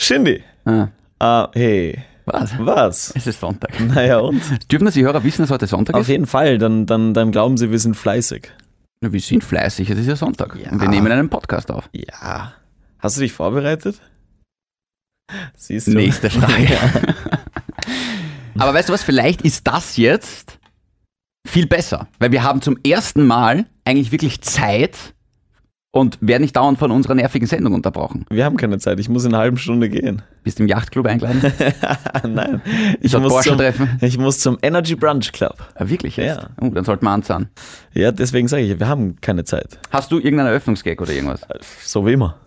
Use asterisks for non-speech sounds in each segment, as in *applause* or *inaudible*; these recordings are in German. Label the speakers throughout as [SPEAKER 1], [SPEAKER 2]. [SPEAKER 1] Shindy.
[SPEAKER 2] Ah,
[SPEAKER 1] Ah, hey.
[SPEAKER 2] was?
[SPEAKER 1] Was?
[SPEAKER 2] Es ist Sonntag.
[SPEAKER 1] Naja, und?
[SPEAKER 2] Dürfen das die Hörer wissen, dass heute Sonntag
[SPEAKER 1] *laughs* Auf
[SPEAKER 2] ist?
[SPEAKER 1] jeden Fall, dann, dann, dann glauben sie, wir sind fleißig.
[SPEAKER 2] Na, Wir sind fleißig, es ist ja Sonntag. Und wir nehmen einen Podcast auf.
[SPEAKER 1] Ja. Hast du dich vorbereitet? Siehst du?
[SPEAKER 2] Nächste Frage. *laughs* Aber weißt du was, vielleicht ist das jetzt viel besser, weil wir haben zum ersten Mal eigentlich wirklich Zeit und werden nicht dauernd von unserer nervigen Sendung unterbrochen.
[SPEAKER 1] Wir haben keine Zeit, ich muss in einer halben Stunde gehen. *laughs*
[SPEAKER 2] Bist du im Yachtclub eingeladen?
[SPEAKER 1] Nein.
[SPEAKER 2] Ich
[SPEAKER 1] Ich
[SPEAKER 2] soll
[SPEAKER 1] muss,
[SPEAKER 2] Porsche
[SPEAKER 1] zum,
[SPEAKER 2] treffen.
[SPEAKER 1] ich muss zum Energy Brunch Club.
[SPEAKER 2] Ah, wirklich jetzt?
[SPEAKER 1] Ja.
[SPEAKER 2] Oh, dann sollten wir anzahlen.
[SPEAKER 1] Ja, deswegen sage ich, wir haben keine Zeit.
[SPEAKER 2] Hast du irgendeinen Eröffnungsgag oder irgendwas?
[SPEAKER 1] So wie immer.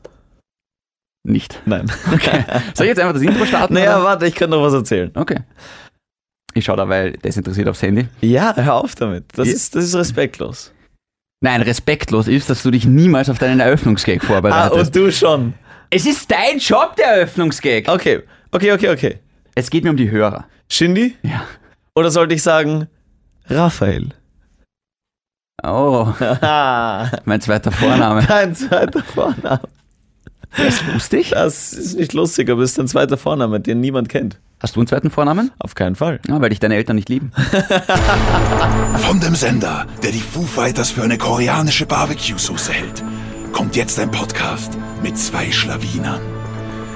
[SPEAKER 2] Nicht.
[SPEAKER 1] *laughs* Nein.
[SPEAKER 2] Soll ich jetzt einfach das Intro starten?
[SPEAKER 1] Naja,
[SPEAKER 2] oder?
[SPEAKER 1] warte, ich kann noch was erzählen.
[SPEAKER 2] Okay. Ich schaue dabei desinteressiert aufs Handy.
[SPEAKER 1] Ja, hör auf damit. Das,
[SPEAKER 2] Ja.
[SPEAKER 1] ist, das ist respektlos.
[SPEAKER 2] Nein, respektlos ist, dass du dich niemals auf deinen Eröffnungsgag
[SPEAKER 1] Ah, und
[SPEAKER 2] vorbereitest.
[SPEAKER 1] du schon.
[SPEAKER 2] es ist dein Job, der Eröffnungsgag.
[SPEAKER 1] Okay, okay, okay, okay.
[SPEAKER 2] Es geht mir um die Hörer.
[SPEAKER 1] Shindy?
[SPEAKER 2] Ja.
[SPEAKER 1] Oder sollte ich sagen, *laughs* Raphael?
[SPEAKER 2] Oh,
[SPEAKER 1] Haha,
[SPEAKER 2] mein zweiter *laughs* Vorname.
[SPEAKER 1] dein zweiter Vorname.
[SPEAKER 2] Lustig.
[SPEAKER 1] Das ist nicht lustig, aber es ist dein zweiter Vorname, den niemand kennt.
[SPEAKER 2] Hast du einen zweiten Vornamen?
[SPEAKER 1] Auf keinen Fall.
[SPEAKER 2] Ja, weil dich deine Eltern nicht lieben.
[SPEAKER 3] Von dem Sender, der die Foo Fighters für eine koreanische Barbecue-Soße hält, kommt jetzt ein Podcast mit zwei Schlawinern.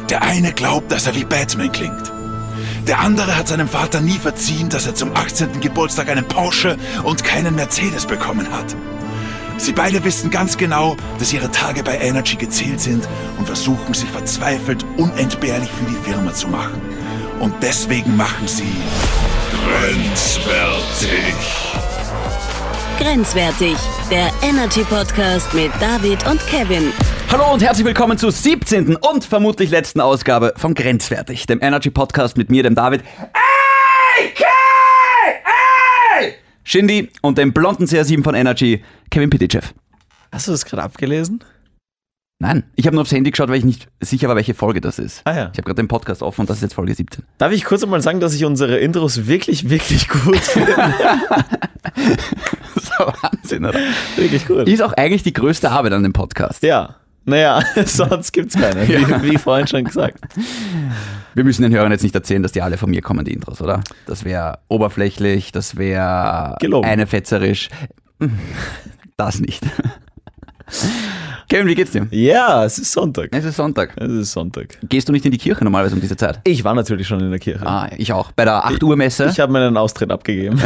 [SPEAKER 3] Der eine glaubt, dass er wie Batman klingt. Der andere hat seinem Vater nie verziehen, dass er zum 18. Geburtstag einen Porsche und keinen Mercedes bekommen hat. Sie beide wissen ganz genau, dass ihre Tage bei Energy gezählt sind und versuchen sich verzweifelt unentbehrlich für die Firma zu machen. Und deswegen machen sie grenzwertig.
[SPEAKER 4] Grenzwertig, der Energy Podcast mit David und Kevin.
[SPEAKER 2] Hallo und herzlich willkommen zur 17. und vermutlich letzten Ausgabe von Grenzwertig, dem Energy Podcast mit mir, dem David. Ey, Kai! Ey! Shindy und dem blonden CR7 von Energy, Kevin Pitychev.
[SPEAKER 1] Hast du das gerade abgelesen?
[SPEAKER 2] Nein, ich habe nur aufs Handy geschaut, weil ich nicht sicher war, welche Folge das ist.
[SPEAKER 1] Ah ja.
[SPEAKER 2] Ich habe gerade den Podcast offen und das ist jetzt Folge *laughs* 17.
[SPEAKER 1] Darf ich kurz einmal sagen, dass ich unsere Intros wirklich, wirklich *laughs* gut finde?
[SPEAKER 2] Das ist ja Wahnsinn, oder?
[SPEAKER 1] wirklich gut.
[SPEAKER 2] Ist auch eigentlich die größte Arbeit an dem Podcast.
[SPEAKER 1] Also Ja. Naja, *laughs* sonst gibt's keine, wie, wie vorhin schon gesagt.
[SPEAKER 2] Wir müssen den Hörern jetzt nicht erzählen, dass die alle von mir kommen, die Intros, oder? Das wäre oberflächlich, das wäre
[SPEAKER 1] Gelogen.
[SPEAKER 2] eine fetzerisch. *laughs* Das nicht. *laughs* Kevin, wie geht's dir?
[SPEAKER 1] Ja, es ist Sonntag.
[SPEAKER 2] Es ist Sonntag.
[SPEAKER 1] Es ist Sonntag.
[SPEAKER 2] Gehst du nicht in die Kirche normalerweise um diese Zeit?
[SPEAKER 1] Ich war natürlich schon in der Kirche.
[SPEAKER 2] Ah, ich auch. Bei der 8 Uhr Messe.
[SPEAKER 1] Ich habe meinen Austritt *laughs* abgegeben.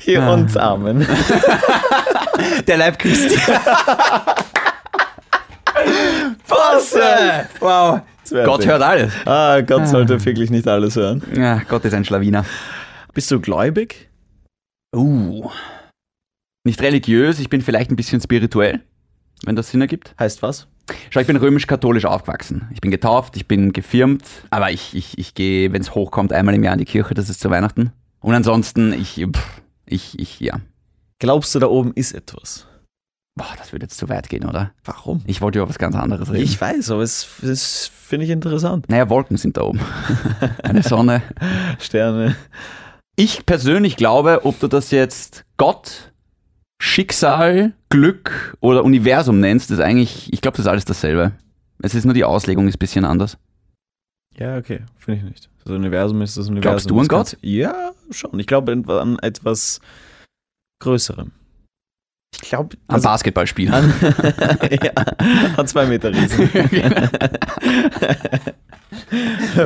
[SPEAKER 1] Hier und Amen.
[SPEAKER 2] der Leib *laughs* Christi. Bosse! Wow.
[SPEAKER 1] Zwerg.
[SPEAKER 2] Gott hört alles.
[SPEAKER 1] Ah, Gott sollte wirklich nicht alles hören.
[SPEAKER 2] Ja, Gott ist ein Schlawiner.
[SPEAKER 1] Bist du gläubig?
[SPEAKER 2] Uh. Nicht religiös, ich bin vielleicht ein bisschen spirituell, wenn das Sinn ergibt.
[SPEAKER 1] Heißt was?
[SPEAKER 2] Schau, ich bin römisch-katholisch aufgewachsen. Ich bin getauft, ich bin gefirmt, aber ich, ich, ich gehe, wenn es hochkommt, einmal im Jahr in die Kirche, das ist zu Weihnachten. Und ansonsten, ich, pff, ich, ich, ja.
[SPEAKER 1] Glaubst du, da oben ist etwas?
[SPEAKER 2] Boah, das würde jetzt zu weit gehen, oder?
[SPEAKER 1] Warum? Also
[SPEAKER 2] Ich wollte über was ganz anderes reden.
[SPEAKER 1] Ich weiß, aber es, es finde ich interessant.
[SPEAKER 2] naja, Wolken sind da oben. Eine Sonne.
[SPEAKER 1] Sterne.
[SPEAKER 2] Ich persönlich glaube, ob du das jetzt Gott, Schicksal, Glück oder Universum nennst, ist eigentlich, ich glaube, das ist alles dasselbe. Es ist nur die Auslegung ist ein bisschen anders.
[SPEAKER 1] Ja, okay, finde ich nicht. Das Universum ist das Universum.
[SPEAKER 2] Glaubst du an
[SPEAKER 1] Das kannst- Ja, schon. Ich glaube an etwas Größerem. Ich glaube
[SPEAKER 2] Am
[SPEAKER 5] Also-
[SPEAKER 2] Basketballspiel. *laughs*
[SPEAKER 1] an, *laughs* ja, an zwei Meter *laughs* Riesen.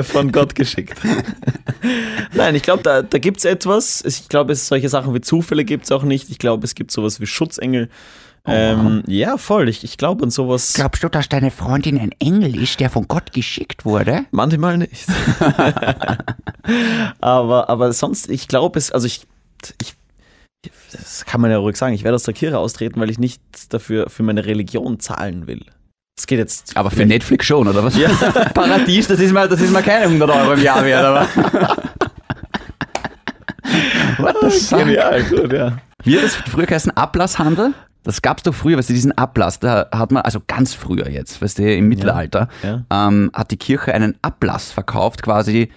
[SPEAKER 1] von Gott geschickt. Genau. Nein, ich glaube, da, da gibt es etwas. Ich glaube, es solche Sachen wie Zufälle gibt es auch nicht. Ich glaube, es gibt sowas wie Schutzengel. Ähm, ja, voll. Ich, ich glaube an sowas.
[SPEAKER 5] Glaubst du, dass deine Freundin ein Engel ist, der von Gott geschickt wurde?
[SPEAKER 1] Manchmal *laughs* nicht. aber, aber sonst, ich glaube es, also ich, ich, das kann man ja ruhig sagen, ich werde aus der Kirche austreten, weil ich nicht dafür für meine Religion zahlen will. Es geht jetzt.
[SPEAKER 2] Aber für Netflix schon, oder was? *laughs* Paradies, das ist mal, das ist mal keine 100 Euro im Jahr wert, aber.
[SPEAKER 5] *laughs*
[SPEAKER 2] What the *laughs* fuck?
[SPEAKER 1] Genial, gut, ja.
[SPEAKER 2] Wie hat das früher geheißen? Ablasshandel? Das gab's doch früher, weißt du, diesen Ablass, da hat man, also ganz früher jetzt, weißt du, im Mittelalter,
[SPEAKER 1] ja.
[SPEAKER 2] Ähm, hat die Kirche einen Ablass verkauft, quasi,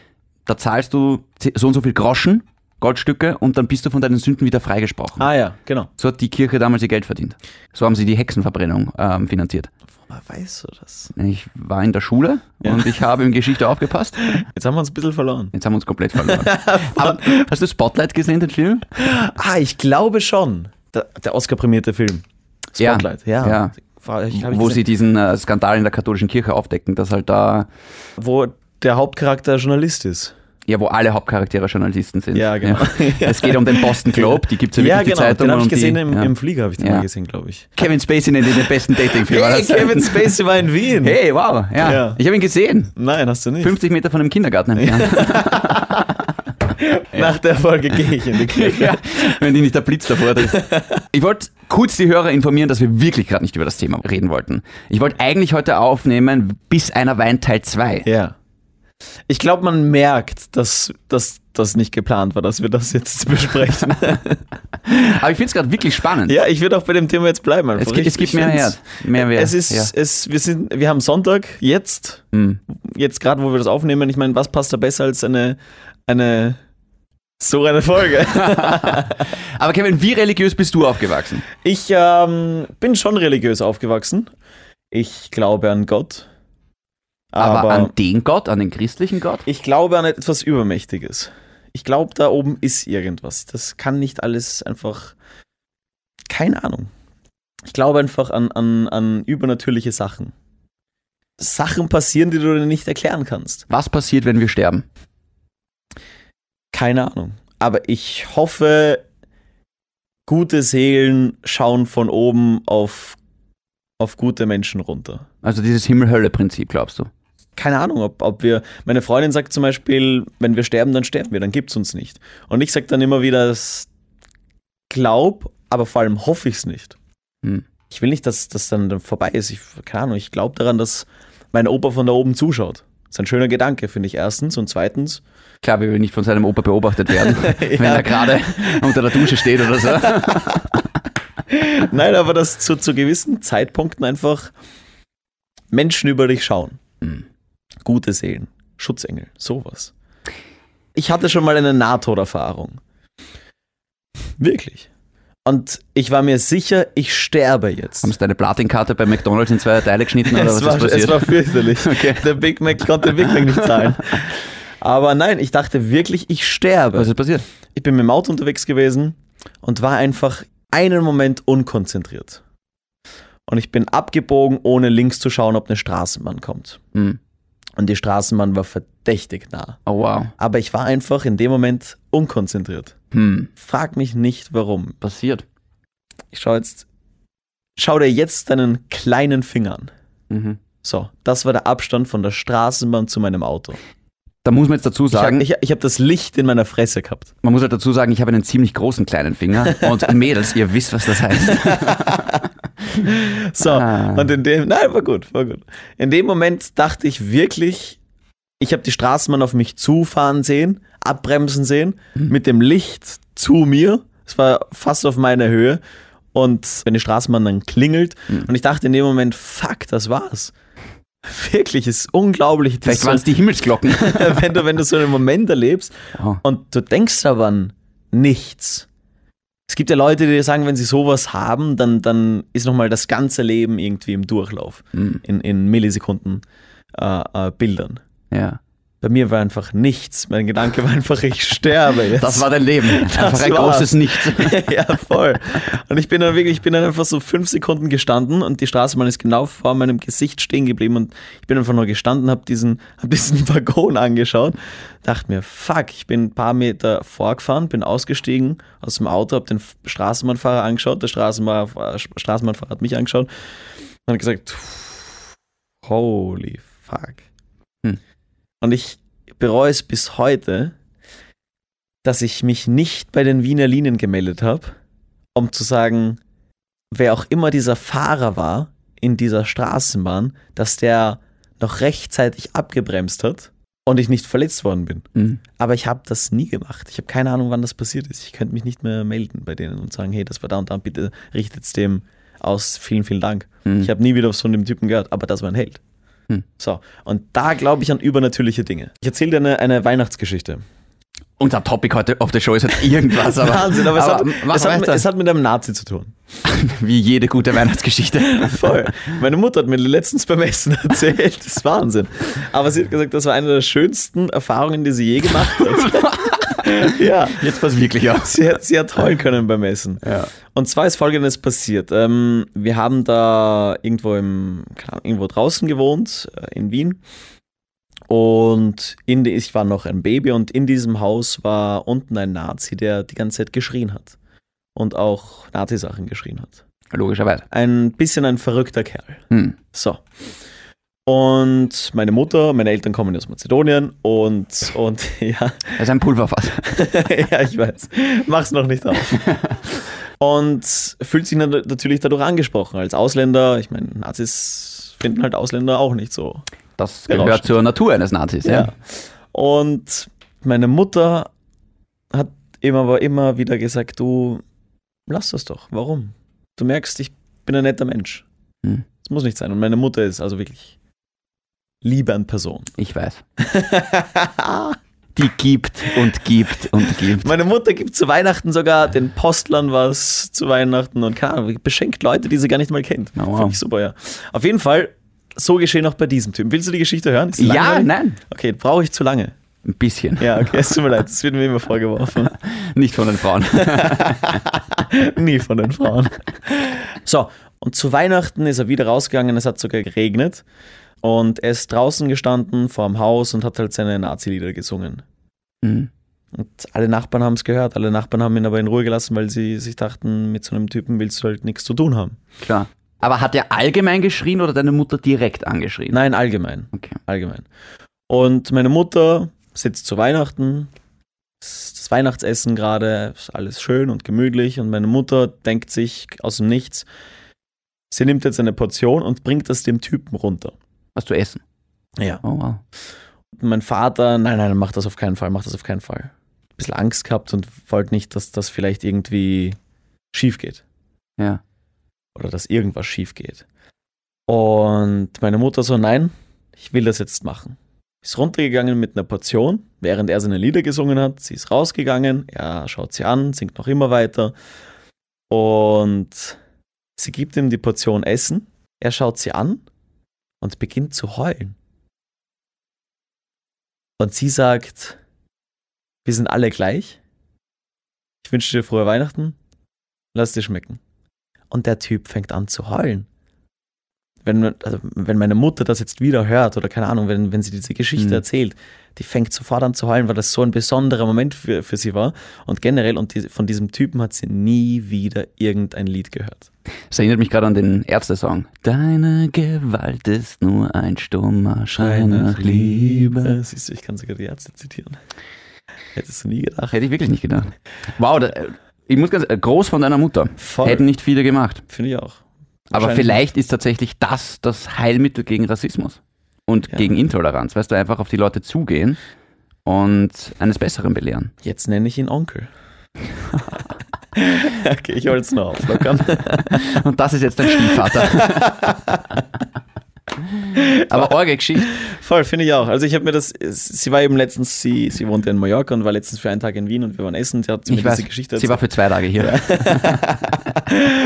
[SPEAKER 2] da zahlst du ze- so und so viel Groschen Goldstücke und dann bist du von deinen Sünden wieder freigesprochen.
[SPEAKER 1] Ah ja, genau.
[SPEAKER 2] So hat die Kirche damals ihr Geld verdient. So haben sie die Hexenverbrennung ähm, finanziert.
[SPEAKER 1] Woher weißt du das?
[SPEAKER 2] Ich war in der Schule und ich habe in
[SPEAKER 1] *laughs*
[SPEAKER 2] Geschichte aufgepasst.
[SPEAKER 1] Jetzt haben wir uns ein bisschen verloren.
[SPEAKER 2] Jetzt haben wir uns komplett
[SPEAKER 1] *laughs*
[SPEAKER 2] verloren. Aber hast du Spotlight gesehen, den Film?
[SPEAKER 1] Ah, ich glaube schon. Der, der Oscar-prämierte Film.
[SPEAKER 2] Ja.
[SPEAKER 1] Spotlight, ja.
[SPEAKER 2] Ja.
[SPEAKER 1] War- ich glaub, ich
[SPEAKER 2] Wo
[SPEAKER 1] gesehen.
[SPEAKER 2] sie diesen äh, Skandal in der katholischen Kirche aufdecken, dass halt da,
[SPEAKER 1] wo der Hauptcharakter Journalist ist.
[SPEAKER 2] ja, wo alle Hauptcharaktere Journalisten sind.
[SPEAKER 1] Ja, *laughs* genau.
[SPEAKER 2] Es geht um den
[SPEAKER 1] *laughs*
[SPEAKER 2] Boston Globe, die gibt es
[SPEAKER 1] Ja,
[SPEAKER 2] ja wirklich die
[SPEAKER 1] genau.
[SPEAKER 2] Zeitung.
[SPEAKER 1] den habe ich
[SPEAKER 2] und
[SPEAKER 1] gesehen
[SPEAKER 2] die,
[SPEAKER 1] im,
[SPEAKER 2] ja.
[SPEAKER 1] im Flieger, habe ich den
[SPEAKER 2] Ja.
[SPEAKER 1] mal gesehen, glaube ich.
[SPEAKER 2] Kevin Spacey nennt ihn den besten Dating-Film
[SPEAKER 1] *laughs*
[SPEAKER 2] aller Zeiten.
[SPEAKER 1] Spacey war in Wien.
[SPEAKER 2] Hey, wow. Ja.
[SPEAKER 1] Ja.
[SPEAKER 2] Ich habe ihn gesehen.
[SPEAKER 1] Nein, hast du nicht.
[SPEAKER 2] 50 Meter von einem Kindergarten
[SPEAKER 1] *laughs*
[SPEAKER 2] entfernt.
[SPEAKER 1] Nach der Folge gehe ich in die Kirche.
[SPEAKER 2] ja, wenn die nicht der Blitz davor ist. Ich wollte kurz die Hörer informieren, dass wir wirklich gerade nicht über das Thema reden wollten. Ich wollte eigentlich heute aufnehmen, bis einer weint Teil 2.
[SPEAKER 1] *laughs* Ja. Ich glaube, man merkt, dass, dass das nicht geplant war, dass wir das jetzt besprechen.
[SPEAKER 2] Aber ich finde es gerade wirklich spannend.
[SPEAKER 1] ja, ich würde auch bei dem Thema jetzt bleiben. Einfach.
[SPEAKER 2] Es, gibt- es gibt
[SPEAKER 1] Ich- ich
[SPEAKER 2] mehr
[SPEAKER 1] find's-
[SPEAKER 2] Wert. Mehr Wert.
[SPEAKER 1] Es ist,
[SPEAKER 2] ja. Hm.
[SPEAKER 1] es, wir, sind, wir haben Sonntag, jetzt, jetzt gerade, wo wir das aufnehmen. Ich meine, was passt da besser als eine, eine so eine
[SPEAKER 2] *laughs*
[SPEAKER 1] Folge?
[SPEAKER 2] Aber Kevin, wie religiös bist du aufgewachsen?
[SPEAKER 1] ich ähm, bin schon religiös aufgewachsen. Ich glaube an Gott.
[SPEAKER 2] Aber,
[SPEAKER 1] Aber,
[SPEAKER 2] an den Gott, an den christlichen Gott?
[SPEAKER 1] ich glaube an etwas Übermächtiges. Ich glaube, da oben ist irgendwas. Das kann nicht alles einfach. Keine Ahnung. Ich glaube einfach an, an, an übernatürliche Sachen. Sachen passieren, die du dir nicht erklären kannst.
[SPEAKER 2] Was passiert, wenn wir sterben?
[SPEAKER 1] Keine Ahnung. Aber ich hoffe, gute Seelen schauen von oben auf, auf gute Menschen runter.
[SPEAKER 2] Also dieses Himmel-Hölle-Prinzip, glaubst du?
[SPEAKER 1] Keine Ahnung, ob, ob wir. Meine Freundin sagt zum Beispiel, wenn wir sterben, dann sterben wir, dann gibt's uns nicht. Und ich sage dann immer wieder, das glaub, aber vor allem hoffe ich's nicht.
[SPEAKER 2] Hm.
[SPEAKER 1] Ich will nicht, dass das dann dann vorbei ist. Ich, keine Ahnung, ich glaube daran, dass mein Opa von da oben zuschaut. ist ein schöner Gedanke, finde ich erstens. Und zweitens,
[SPEAKER 2] Klar, wir will nicht von seinem Opa
[SPEAKER 1] *laughs*
[SPEAKER 2] beobachtet werden, wenn
[SPEAKER 1] Ja.
[SPEAKER 2] er gerade unter der Dusche steht
[SPEAKER 1] *laughs*
[SPEAKER 2] oder so.
[SPEAKER 1] Nein, aber dass zu, zu gewissen Zeitpunkten einfach Menschen über dich schauen.
[SPEAKER 2] Hm.
[SPEAKER 1] Gute Seelen, Schutzengel, sowas. Ich hatte schon mal eine Nahtoderfahrung. Wirklich. Und ich war mir sicher, ich sterbe jetzt.
[SPEAKER 2] Haben sie deine Platinkarte bei McDonalds in zwei Teile geschnitten oder was
[SPEAKER 1] Es war,
[SPEAKER 2] ist passiert?
[SPEAKER 1] es war
[SPEAKER 2] *laughs*
[SPEAKER 1] fürchterlich. Der Big Mac konnte Big Mac nicht zahlen. Aber nein, ich dachte wirklich, ich sterbe.
[SPEAKER 2] was ist passiert?
[SPEAKER 1] Ich bin mit dem Auto unterwegs gewesen und war einfach einen Moment unkonzentriert. Und ich bin abgebogen, ohne links zu schauen, ob eine Straßenbahn kommt.
[SPEAKER 2] Hm.
[SPEAKER 1] Und die Straßenbahn war verdächtig nah.
[SPEAKER 2] Oh wow.
[SPEAKER 1] Aber ich war einfach in dem Moment unkonzentriert.
[SPEAKER 2] Hm.
[SPEAKER 1] Frag mich nicht, warum.
[SPEAKER 2] Passiert.
[SPEAKER 1] Ich schau jetzt. Schau dir jetzt deinen kleinen Finger an.
[SPEAKER 2] Mhm.
[SPEAKER 1] So, das war der Abstand von der Straßenbahn zu meinem Auto.
[SPEAKER 2] Da muss man jetzt dazu
[SPEAKER 1] Ich habe
[SPEAKER 2] sagen,
[SPEAKER 1] ich, ich hab das Licht in meiner Fresse gehabt.
[SPEAKER 2] man muss halt dazu sagen, ich habe einen ziemlich großen kleinen Finger
[SPEAKER 1] *laughs*
[SPEAKER 2] und Mädels, ihr wisst, was das heißt.
[SPEAKER 1] So,
[SPEAKER 2] Ah.
[SPEAKER 1] und in dem, nein, war gut, war gut. In dem Moment dachte ich wirklich, ich habe die Straßenbahn auf mich zufahren sehen, abbremsen sehen,
[SPEAKER 2] Mhm.
[SPEAKER 1] mit dem Licht zu mir. Es war fast auf meiner Höhe. Und wenn die Straßenbahn dann klingelt,
[SPEAKER 2] Mhm.
[SPEAKER 1] und ich dachte in dem Moment, fuck, das war's. *laughs* Wirklich, es ist unglaublich. das
[SPEAKER 2] Vielleicht
[SPEAKER 1] so-
[SPEAKER 2] waren es die Himmelsglocken.
[SPEAKER 1] *laughs* wenn, du, wenn du so einen Moment erlebst
[SPEAKER 2] Oh.
[SPEAKER 1] und du denkst aber an nichts. Es gibt ja Leute, die sagen, wenn sie sowas haben, dann, dann ist nochmal das ganze Leben irgendwie im Durchlauf,
[SPEAKER 2] Hm.
[SPEAKER 1] in, in Millisekunden äh, äh, Bildern.
[SPEAKER 2] Ja.
[SPEAKER 1] Bei mir war einfach nichts. Mein Gedanke war einfach, ich *laughs* sterbe jetzt.
[SPEAKER 2] Das war dein Leben. Einfach ein
[SPEAKER 1] war's.
[SPEAKER 2] großes Nichts. *laughs*
[SPEAKER 1] *laughs* ja, voll. Und ich bin dann wirklich, ich bin dann einfach so fünf Sekunden gestanden und die Straßenbahn ist genau vor meinem Gesicht stehen geblieben und ich bin einfach nur gestanden, habe diesen, hab diesen *laughs* Waggon angeschaut, dachte mir, fuck, ich bin ein paar Meter vorgefahren, bin ausgestiegen aus dem Auto, habe den F- Straßenbahnfahrer angeschaut, der Straßenbahnfahrer, Straßenbahnfahrer hat mich angeschaut und hat gesagt, holy fuck.
[SPEAKER 2] Hm.
[SPEAKER 1] Und ich bereue es bis heute, dass ich mich nicht bei den Wiener Linien gemeldet habe, um zu sagen, wer auch immer dieser Fahrer war in dieser Straßenbahn, dass der noch rechtzeitig abgebremst hat und ich nicht verletzt worden bin.
[SPEAKER 2] Mhm.
[SPEAKER 1] Aber ich habe das nie gemacht. Ich habe keine Ahnung, wann das passiert ist. Ich könnte mich nicht mehr melden bei denen und sagen, hey, das war da und da, bitte richtet's dem aus. Vielen, vielen Dank. Ich habe nie wieder was von dem Typen gehört, aber das war ein Held.
[SPEAKER 2] Hm.
[SPEAKER 1] So, und da glaube ich an übernatürliche Dinge. Ich erzähle dir eine, eine Weihnachtsgeschichte.
[SPEAKER 2] unser Topic heute auf der Show ist halt irgendwas, aber.
[SPEAKER 1] Wahnsinn, aber, es, hat,
[SPEAKER 2] mach
[SPEAKER 1] es, hat,
[SPEAKER 2] weiter.
[SPEAKER 1] es hat mit einem Nazi zu tun.
[SPEAKER 2] wie jede gute Weihnachtsgeschichte. *laughs*
[SPEAKER 1] Voll. Meine Mutter hat mir letztens beim Essen *laughs* erzählt. Das ist Wahnsinn. Aber sie hat gesagt, das war eine der schönsten Erfahrungen, die sie je gemacht hat.
[SPEAKER 2] *laughs*
[SPEAKER 1] ja.
[SPEAKER 2] Jetzt pass wirklich aus.
[SPEAKER 1] Sie hat, sie hat heulen können beim Essen. Und zwar ist folgendes passiert. Ähm, wir haben da irgendwo im, keine Ahnung, irgendwo draußen gewohnt, äh, in Wien. Und in, die- ich war noch ein Baby und in diesem Haus war unten ein Nazi, der die ganze Zeit geschrien hat. Und auch Nazi-Sachen geschrien hat.
[SPEAKER 2] Logischerweise.
[SPEAKER 1] Ein bisschen ein verrückter Kerl.
[SPEAKER 2] Hm.
[SPEAKER 1] So. Und meine Mutter, meine Eltern kommen aus Mazedonien und, und *laughs* ja,
[SPEAKER 2] Das ist ein Pulverfass.
[SPEAKER 1] *laughs* ja, ich weiß. Mach's noch nicht auf. Und fühlt sich nat- natürlich dadurch angesprochen als Ausländer. Ich meine, Nazis finden halt Ausländer auch nicht so.
[SPEAKER 2] Das
[SPEAKER 1] Berauschend.
[SPEAKER 2] gehört zur Natur eines Nazis, ja.
[SPEAKER 1] Und meine Mutter hat ihm aber immer wieder gesagt, du lass das doch. Warum? Du merkst, ich bin ein netter Mensch.
[SPEAKER 2] Hm.
[SPEAKER 1] Das muss nicht sein. Und meine Mutter ist also wirklich Liebe an
[SPEAKER 2] *laughs*
[SPEAKER 1] Person.
[SPEAKER 2] Ich weiß. Die gibt und gibt
[SPEAKER 1] *laughs*
[SPEAKER 2] und gibt.
[SPEAKER 1] Meine Mutter gibt zu Weihnachten sogar den Postlern was zu Weihnachten und keine Ahnung, beschenkt Leute, die sie gar nicht mal kennt.
[SPEAKER 2] Oh, wow.
[SPEAKER 1] Finde ich super, ja. Auf jeden Fall, so geschehen auch bei diesem Typen. Willst du die Geschichte hören? Ist sie
[SPEAKER 2] Ja,
[SPEAKER 1] langweilig?
[SPEAKER 2] nein.
[SPEAKER 1] Okay, brauche ich zu lange.
[SPEAKER 2] Ein bisschen.
[SPEAKER 1] Ja, okay, es tut mir leid, das wird mir immer
[SPEAKER 2] *laughs*
[SPEAKER 1] vorgeworfen.
[SPEAKER 2] Nicht von
[SPEAKER 1] *laughs*
[SPEAKER 2] den Frauen.
[SPEAKER 1] Nie von den Frauen. So, und zu Weihnachten ist er wieder rausgegangen, es hat sogar geregnet. Und er ist draußen gestanden vor dem Haus und hat halt seine Nazi-Lieder gesungen.
[SPEAKER 2] Hm.
[SPEAKER 1] Und alle Nachbarn haben es gehört, alle Nachbarn haben ihn aber in Ruhe gelassen, weil sie sich dachten, mit so einem Typen willst du halt nichts zu tun haben.
[SPEAKER 2] Klar. Aber hat er allgemein geschrien oder deine Mutter direkt angeschrien?
[SPEAKER 1] Nein, allgemein.
[SPEAKER 2] Okay.
[SPEAKER 1] Allgemein. Und meine Mutter sitzt zu Weihnachten, ist das Weihnachtsessen gerade, ist alles schön und gemütlich. Und meine Mutter denkt sich aus dem Nichts, sie nimmt jetzt eine Portion und bringt das dem Typen runter.
[SPEAKER 2] Was zu essen?
[SPEAKER 1] Ja.
[SPEAKER 2] Oh wow.
[SPEAKER 1] Und mein Vater, nein, nein, mach das auf keinen Fall, mach das auf keinen Fall. Ein bisschen Angst gehabt und wollte nicht, dass das vielleicht irgendwie schief geht.
[SPEAKER 2] Ja.
[SPEAKER 1] Oder dass irgendwas schief geht. Und meine Mutter so, nein, ich will das jetzt machen. Ist runtergegangen mit einer Portion, während er seine Lieder gesungen hat. Sie ist rausgegangen, er schaut sie an, singt noch immer weiter. Und sie gibt ihm die Portion Essen. Er schaut sie an und beginnt zu heulen. Und sie sagt, wir sind alle gleich. Ich wünsche dir frohe Weihnachten. Lass dir schmecken. Und der Typ fängt an zu heulen. Wenn, also, wenn meine Mutter das jetzt wieder hört oder keine Ahnung, wenn, wenn sie diese Geschichte
[SPEAKER 2] Mhm.
[SPEAKER 1] erzählt, die fängt sofort an zu heulen, weil das so ein besonderer Moment für, für sie war. Und generell, und die, von diesem Typen hat sie nie wieder irgendein Lied gehört.
[SPEAKER 2] Das erinnert mich gerade an den Ärzte-Song. Deine Gewalt ist nur ein stummer Schrei nach Liebe.
[SPEAKER 1] Siehst du, ich kann sogar die Ärzte zitieren. Hättest du nie gedacht.
[SPEAKER 2] Hätte ich wirklich nicht gedacht. Wow, da, äh, ich muss ganz groß von deiner Mutter.
[SPEAKER 1] Voll.
[SPEAKER 2] Hätten nicht viele gemacht.
[SPEAKER 1] Finde ich auch.
[SPEAKER 2] Aber
[SPEAKER 1] Wahrscheinlich
[SPEAKER 2] vielleicht ist tatsächlich das das Heilmittel gegen Rassismus und
[SPEAKER 1] Ja.
[SPEAKER 2] gegen Intoleranz. Weißt du, einfach auf die Leute zugehen und eines Besseren belehren.
[SPEAKER 1] Jetzt nenne ich ihn Onkel. *laughs* okay, ich wollte es nur auflockern.
[SPEAKER 2] *laughs* Und das ist jetzt dein Stiefvater. *laughs* Aber orge Geschichte.
[SPEAKER 1] Voll, finde ich auch. Also ich habe mir das, sie war eben letztens, sie, sie wohnte in Mallorca und war letztens für einen Tag in Wien und wir waren essen. Sie hat mir
[SPEAKER 2] Ich
[SPEAKER 1] diese
[SPEAKER 2] weiß,
[SPEAKER 1] Geschichte
[SPEAKER 2] sie war für zwei Tage hier.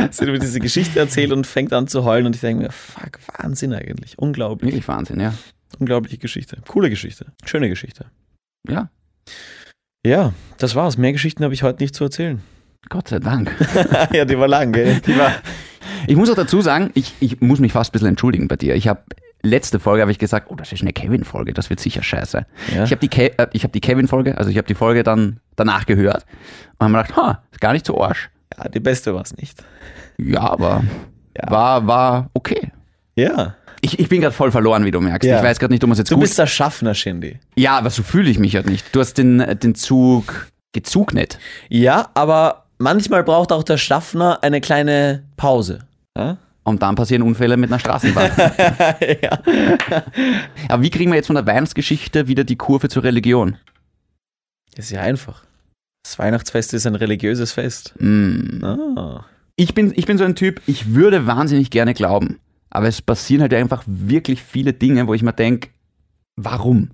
[SPEAKER 1] sie hat mir diese Geschichte erzählt und fängt an zu heulen und ich denke mir, fuck, Wahnsinn eigentlich. Unglaublich.
[SPEAKER 2] Wirklich Wahnsinn, ja.
[SPEAKER 1] Unglaubliche Geschichte. Coole Geschichte. Schöne Geschichte.
[SPEAKER 2] Ja,
[SPEAKER 1] Ja, das war's. Mehr Geschichten habe ich heute nicht zu erzählen.
[SPEAKER 2] Gott sei Dank.
[SPEAKER 1] *laughs* ja, die war lang, gell? Die war
[SPEAKER 2] Ich muss auch dazu sagen, ich, ich muss mich fast ein bisschen entschuldigen bei dir. Ich habe letzte Folge habe ich gesagt, oh, das ist eine Kevin-Folge, das wird sicher scheiße.
[SPEAKER 1] Ja.
[SPEAKER 2] Ich habe die, Ke äh, ich hab die Kevin-Folge, also ich habe die Folge dann danach gehört und habe mir gedacht, ha, ist gar nicht so Arsch.
[SPEAKER 1] ja, die beste war's nicht.
[SPEAKER 2] Ja, aber
[SPEAKER 1] Ja.
[SPEAKER 2] war, war okay.
[SPEAKER 1] Ja.
[SPEAKER 2] Ich, ich bin gerade voll verloren, wie du merkst.
[SPEAKER 1] Ja.
[SPEAKER 2] Ich weiß gerade nicht, ob man es jetzt
[SPEAKER 1] Du
[SPEAKER 2] gut...
[SPEAKER 1] bist der Schaffner, Shindy.
[SPEAKER 2] ja, aber so fühle ich mich halt nicht. Du hast den, den Zug gezugnet.
[SPEAKER 1] Ja, aber manchmal braucht auch der Schaffner eine kleine Pause. Ja?
[SPEAKER 2] Und dann passieren Unfälle mit einer
[SPEAKER 1] *laughs*
[SPEAKER 2] Straßenbahn. *laughs* Aber wie kriegen wir jetzt von der Weihnachtsgeschichte wieder die Kurve zur Religion?
[SPEAKER 1] Ist ja einfach. Das Weihnachtsfest ist ein religiöses Fest.
[SPEAKER 2] Mm.
[SPEAKER 1] Ah.
[SPEAKER 2] ich bin, ich bin so ein Typ, ich würde wahnsinnig gerne glauben. Aber es passieren halt einfach wirklich viele Dinge, wo ich mir denke, warum?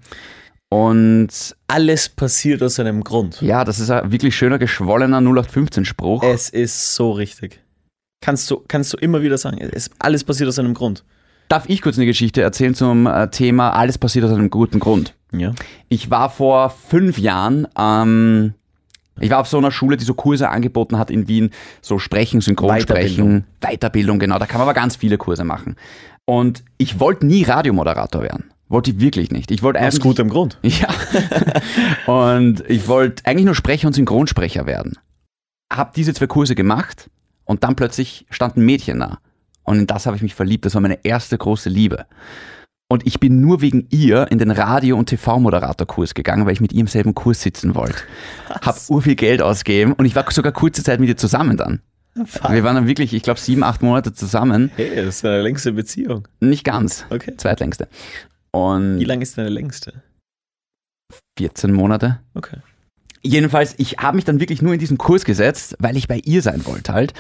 [SPEAKER 2] Und
[SPEAKER 1] Alles passiert aus einem Grund.
[SPEAKER 2] ja, das ist ein wirklich schöner, geschwollener 0815-Spruch.
[SPEAKER 1] Es ist so richtig. Kannst du, kannst du immer wieder sagen, es, alles passiert aus einem Grund.
[SPEAKER 2] Darf ich kurz eine Geschichte erzählen zum äh, Thema Alles passiert aus einem guten Grund?
[SPEAKER 1] Ja.
[SPEAKER 2] Ich war vor fünf Jahren, ähm, ich war auf so einer Schule, die so Kurse angeboten hat in Wien, so Sprechen, Synchronsprechen, Weiterbildung, genau, da kann man aber ganz viele Kurse machen. Und ich wollte nie Radiomoderator werden. Wollte ich wirklich nicht. Ich wollte
[SPEAKER 1] Aus
[SPEAKER 2] eigentlich,
[SPEAKER 1] gutem Grund.
[SPEAKER 2] *laughs* Ja. und ich wollte eigentlich nur Sprecher und Synchronsprecher werden. Hab diese zwei Kurse gemacht und dann plötzlich stand ein Mädchen da. Und in das habe ich mich verliebt. Das war meine erste große Liebe. Und ich bin nur wegen ihr in den Radio- und TV-Moderatorkurs gegangen, weil ich mit ihr im selben Kurs sitzen wollte. Hab ur viel Geld ausgegeben und ich war sogar kurze Zeit mit ihr zusammen dann. Wir waren dann wirklich, ich glaube, sieben, acht Monate zusammen.
[SPEAKER 1] Hey, das ist deine längste Beziehung.
[SPEAKER 2] Nicht ganz.
[SPEAKER 1] Okay.
[SPEAKER 2] Zweitlängste.
[SPEAKER 1] Wie
[SPEAKER 2] Und
[SPEAKER 1] lang ist deine längste?
[SPEAKER 2] 14 Monate.
[SPEAKER 1] Okay.
[SPEAKER 2] Jedenfalls, ich habe mich dann wirklich nur in diesen Kurs gesetzt, weil ich bei ihr sein wollte halt.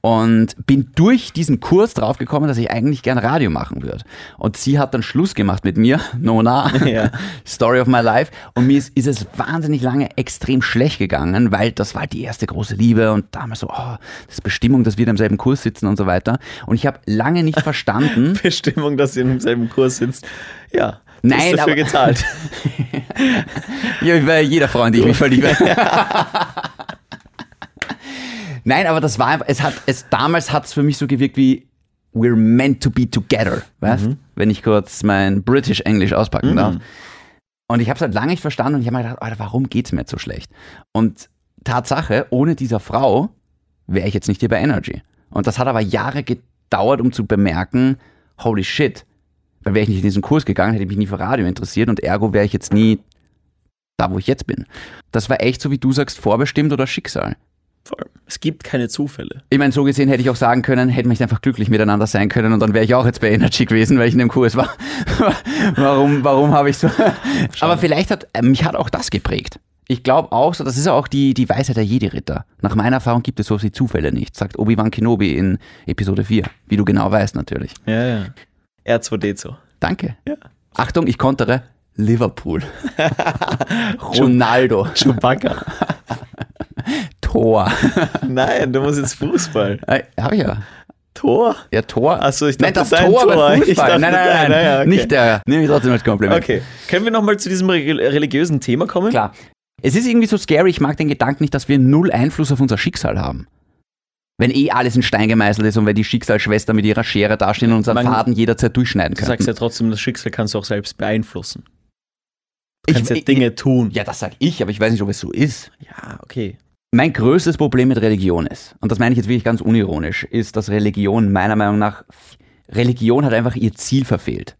[SPEAKER 2] Und bin durch diesen Kurs draufgekommen, dass ich eigentlich gern Radio machen würde. Und sie hat dann Schluss gemacht mit mir, *laughs* Nona,
[SPEAKER 1] Ja.
[SPEAKER 2] *laughs* Story of my life. Und mir ist, ist es wahnsinnig lange extrem schlecht gegangen, weil das war halt die erste große Liebe und damals so, oh, das ist Bestimmung, dass wir da im selben Kurs sitzen und so weiter. Und ich habe lange nicht
[SPEAKER 1] *laughs*
[SPEAKER 2] verstanden,
[SPEAKER 1] Bestimmung, dass ihr im selben Kurs sitzt. Ja. Du
[SPEAKER 2] Nein,
[SPEAKER 1] hast dafür
[SPEAKER 2] aber-
[SPEAKER 1] gezahlt.
[SPEAKER 2] Ja, bei jeder Frau, in die ich mich verliebe. Nein, aber das war einfach, es hat, es, damals hat es für mich so gewirkt wie We're meant to be together, weißt? Wenn ich kurz mein British English auspacken darf. Und ich habe es halt lange nicht verstanden und ich habe mir gedacht, Alter, warum geht's mir jetzt so schlecht? Und Tatsache, ohne dieser Frau wäre ich jetzt nicht hier bei Energy. Und das hat aber Jahre gedauert, um zu bemerken, holy shit, weil wäre ich nicht in diesen Kurs gegangen, hätte ich mich nie für Radio interessiert und ergo wäre ich jetzt nie da, wo ich jetzt bin. Das war echt so, wie du sagst, vorbestimmt oder Schicksal.
[SPEAKER 1] Voll. Es gibt keine Zufälle.
[SPEAKER 2] Ich meine, so gesehen hätte ich auch sagen können, hätten wir nicht einfach glücklich miteinander sein können und dann wäre ich auch jetzt bei Energy gewesen, weil ich in dem Kurs war. *laughs* warum, warum habe ich so? Aber vielleicht hat, äh, mich hat auch das geprägt. Ich glaube auch so, das ist ja auch die, die Weisheit der Jedi-Ritter. Nach meiner Erfahrung gibt es so viele Zufälle nicht, sagt Obi-Wan Kenobi in Episode 4, wie du genau weißt natürlich.
[SPEAKER 1] Ja, ja. R2D2.
[SPEAKER 2] Danke. Achtung, ich kontere Liverpool. Ronaldo.
[SPEAKER 1] Chewbacca.
[SPEAKER 2] Tor.
[SPEAKER 1] *laughs* Nein, du musst jetzt Fußball.
[SPEAKER 2] Äh, Hab ich ja.
[SPEAKER 1] Tor.
[SPEAKER 2] Ja, Tor.
[SPEAKER 1] Ach so, ich
[SPEAKER 2] Nein,
[SPEAKER 1] dachte,
[SPEAKER 2] das
[SPEAKER 1] dein
[SPEAKER 2] Tor,
[SPEAKER 1] Tor.
[SPEAKER 2] bei
[SPEAKER 1] Ich
[SPEAKER 2] Fußball.
[SPEAKER 1] dachte,
[SPEAKER 2] nein, nein, nein,
[SPEAKER 1] dein,
[SPEAKER 2] nein.
[SPEAKER 1] ja, ja, okay.
[SPEAKER 2] Nicht der. Nehme ich trotzdem als Kompliment.
[SPEAKER 1] Okay. Können wir nochmal zu diesem regel- religiösen Thema kommen?
[SPEAKER 2] Klar. Es ist irgendwie so scary, ich mag den Gedanken nicht, dass wir null Einfluss auf unser Schicksal haben. Wenn eh alles in Stein gemeißelt ist und wenn die Schicksalsschwester mit ihrer Schere dastehen und unseren
[SPEAKER 1] Man-
[SPEAKER 2] Faden jederzeit durchschneiden
[SPEAKER 1] Du
[SPEAKER 2] können.
[SPEAKER 1] sagst ja trotzdem, das Schicksal kannst du auch selbst beeinflussen. Du
[SPEAKER 2] Ich-
[SPEAKER 1] kannst ja
[SPEAKER 2] ich-
[SPEAKER 1] Dinge tun.
[SPEAKER 2] ja, das sag ich, aber ich weiß nicht, ob es so ist.
[SPEAKER 1] Ja, okay.
[SPEAKER 2] Mein größtes Problem mit Religion ist, und das meine ich jetzt wirklich ganz unironisch, ist, dass Religion meiner Meinung nach, Religion hat einfach ihr Ziel verfehlt.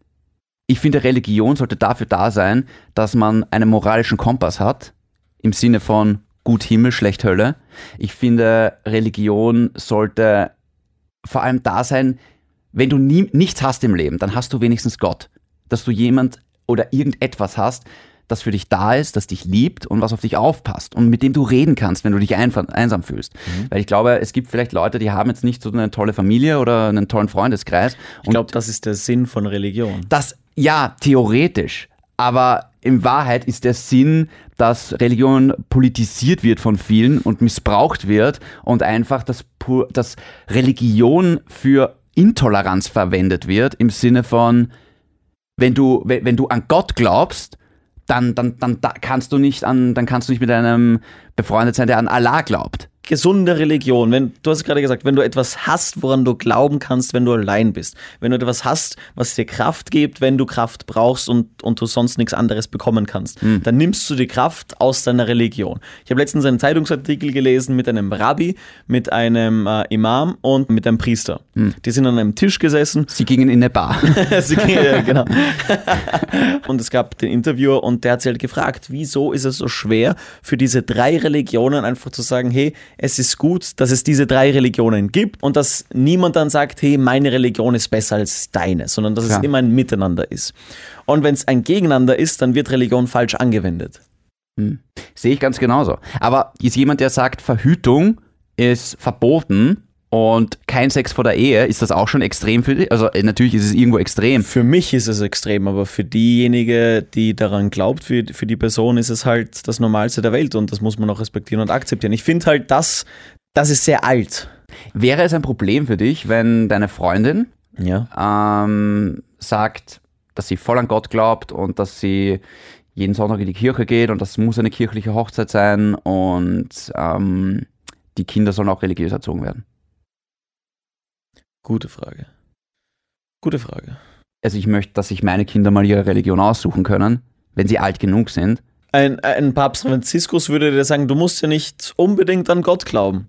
[SPEAKER 2] Ich finde, Religion sollte dafür da sein, dass man einen moralischen Kompass hat, im Sinne von gut Himmel, schlecht Hölle. Ich finde, Religion sollte vor allem da sein, wenn du nie, nichts hast im Leben, dann hast du wenigstens Gott. Dass du jemand oder irgendetwas hast, das für dich da ist, das dich liebt und was auf dich aufpasst und mit dem du reden kannst, wenn du dich einfa- einsam fühlst. Weil ich glaube, es gibt vielleicht Leute, die haben jetzt nicht so eine tolle Familie oder einen tollen Freundeskreis.
[SPEAKER 1] Ich glaube, das ist der Sinn von Religion.
[SPEAKER 2] Das, ja, theoretisch. Aber in Wahrheit ist der Sinn, dass Religion politisiert wird von vielen und missbraucht wird und einfach, dass, pu- dass Religion für Intoleranz verwendet wird im Sinne von, wenn du, wenn, wenn du an Gott glaubst, dann, dann, dann, da kannst du nicht an, dann kannst du nicht mit einem befreundet sein, der an Allah glaubt.
[SPEAKER 1] Gesunde Religion. Wenn, du hast es gerade gesagt, wenn du etwas hast, woran du glauben kannst, wenn du allein bist. Wenn du etwas hast, was dir Kraft gibt, wenn du Kraft brauchst und, und du sonst nichts anderes bekommen kannst, dann nimmst du die Kraft aus deiner Religion. Ich habe letztens einen Zeitungsartikel gelesen mit einem Rabbi, mit einem äh, Imam und mit einem Priester. Die sind an einem Tisch gesessen
[SPEAKER 2] Sie gingen in eine Bar.
[SPEAKER 1] *laughs* Sie ging- ja, genau. und es gab den Interviewer und der hat sie halt gefragt, wieso ist es so schwer für diese drei Religionen einfach zu sagen, hey, es ist gut, dass es diese drei Religionen gibt und dass niemand dann sagt, hey, meine Religion ist besser als deine, sondern dass
[SPEAKER 2] Klar.
[SPEAKER 1] es immer ein Miteinander ist. Und wenn es ein Gegeneinander ist, dann wird Religion falsch angewendet.
[SPEAKER 2] Sehe ich ganz genauso. Aber ist jemand, der sagt, Verhütung ist verboten, und kein Sex vor der Ehe, ist das auch schon extrem für dich? Also äh, natürlich ist es irgendwo extrem.
[SPEAKER 1] Für mich ist es extrem, aber für diejenige, die daran glaubt, für, für die Person ist es halt das Normalste der Welt und das muss man auch respektieren und akzeptieren. Ich finde halt, das, das ist sehr alt.
[SPEAKER 2] Wäre es ein Problem für dich, wenn deine Freundin
[SPEAKER 1] Ja.
[SPEAKER 2] ähm, sagt, dass sie voll an Gott glaubt und dass sie jeden Sonntag in die Kirche geht und das muss eine kirchliche Hochzeit sein und ähm, die Kinder sollen auch religiös erzogen werden.
[SPEAKER 1] Gute Frage. Gute Frage.
[SPEAKER 2] Also ich möchte, dass sich meine Kinder mal ihre Religion aussuchen können, wenn sie alt genug sind.
[SPEAKER 1] Ein, ein Papst Franziskus würde dir sagen, du musst ja nicht unbedingt an Gott glauben.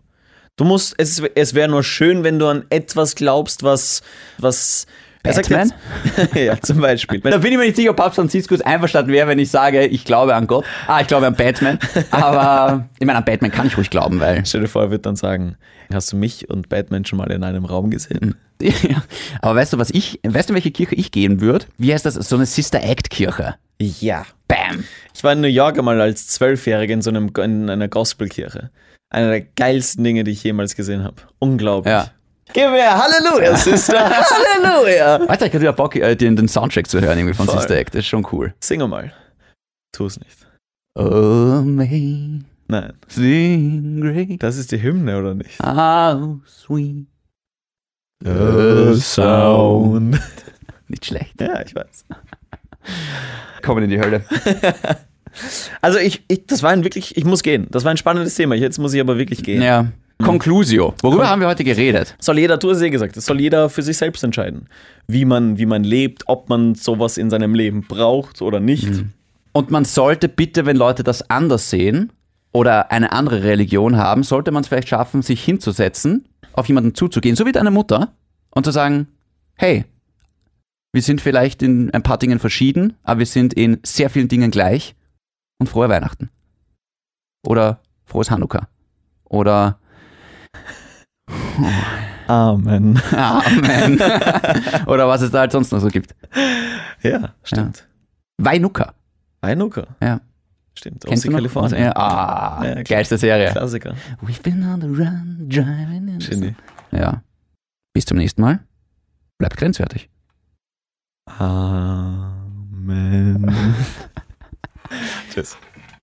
[SPEAKER 1] Du musst, es, ist- es wäre nur schön, wenn du an etwas glaubst, was, was, er sagt
[SPEAKER 2] Batman?
[SPEAKER 1] jetzt- *laughs* ja, zum Beispiel.
[SPEAKER 2] Da bin ich mir nicht sicher, ob Papst Franziskus einverstanden wäre, wenn ich sage, ich glaube an Gott. Ah, ich glaube an Batman. Aber ich meine, an Batman kann ich ruhig glauben, weil *laughs*
[SPEAKER 1] Stell dir vor, er wird dann sagen, hast du mich und Batman schon mal in einem Raum gesehen?
[SPEAKER 2] Ja. Aber weißt du, was ich, weißt du, in welche Kirche ich gehen würde? Wie heißt das? So eine Sister Act Kirche.
[SPEAKER 1] Ja.
[SPEAKER 2] Bam.
[SPEAKER 1] Ich war in New York einmal als Zwölfjähriger in so einem, in einer Gospelkirche. Einer der geilsten Dinge, die ich jemals gesehen habe. Unglaublich.
[SPEAKER 2] Ja.
[SPEAKER 1] Gib her, Halleluja,
[SPEAKER 2] *laughs*
[SPEAKER 1] Sister, Halleluja.
[SPEAKER 2] Alter, ich hatte ja Bock, äh, den, den Soundtrack zu hören irgendwie von
[SPEAKER 1] Voll.
[SPEAKER 2] Sister Act. Das ist schon cool.
[SPEAKER 1] Singe mal. Tu es nicht.
[SPEAKER 2] Oh, may
[SPEAKER 1] Nein.
[SPEAKER 2] sing great.
[SPEAKER 1] Das ist die Hymne, oder nicht?
[SPEAKER 2] How sweet. Nicht schlecht.
[SPEAKER 1] Ja, ich weiß.
[SPEAKER 2] Kommen in die Hölle.
[SPEAKER 1] Also ich, ich, das war ein wirklich, ich muss gehen. Das war ein spannendes Thema. Jetzt muss ich aber wirklich gehen.
[SPEAKER 2] Ja. Conclusio. Worüber haben wir heute geredet?
[SPEAKER 1] Soll jeder, du hast es eh gesagt, das soll jeder für sich selbst entscheiden, wie man, wie man lebt, ob man sowas in seinem Leben braucht oder nicht.
[SPEAKER 2] Mhm. Und man sollte bitte, wenn Leute das anders sehen oder eine andere Religion haben, sollte man es vielleicht schaffen, sich hinzusetzen, auf jemanden zuzugehen, so wie deine Mutter, und zu sagen, hey, wir sind vielleicht in ein paar Dingen verschieden, aber wir sind in sehr vielen Dingen gleich und frohe Weihnachten. Oder frohes Hanukkah. Oder *laughs*
[SPEAKER 1] Amen. *laughs*
[SPEAKER 2] Amen. oder was es da halt sonst noch so gibt.
[SPEAKER 1] Ja, stimmt.
[SPEAKER 2] Weinuka.
[SPEAKER 1] Weinuka.
[SPEAKER 2] Ja.
[SPEAKER 1] Stimmt.
[SPEAKER 2] Kennst du noch?
[SPEAKER 1] Kalifornien.
[SPEAKER 2] Ja, ah,
[SPEAKER 1] Ja, klar.
[SPEAKER 2] geilste Serie.
[SPEAKER 1] Klassiker.
[SPEAKER 2] We've been on the run, driving in the
[SPEAKER 1] Genie.
[SPEAKER 2] Ja. Bis zum nächsten Mal. Bleibt grenzwertig.
[SPEAKER 1] Amen. *laughs* Tschüss.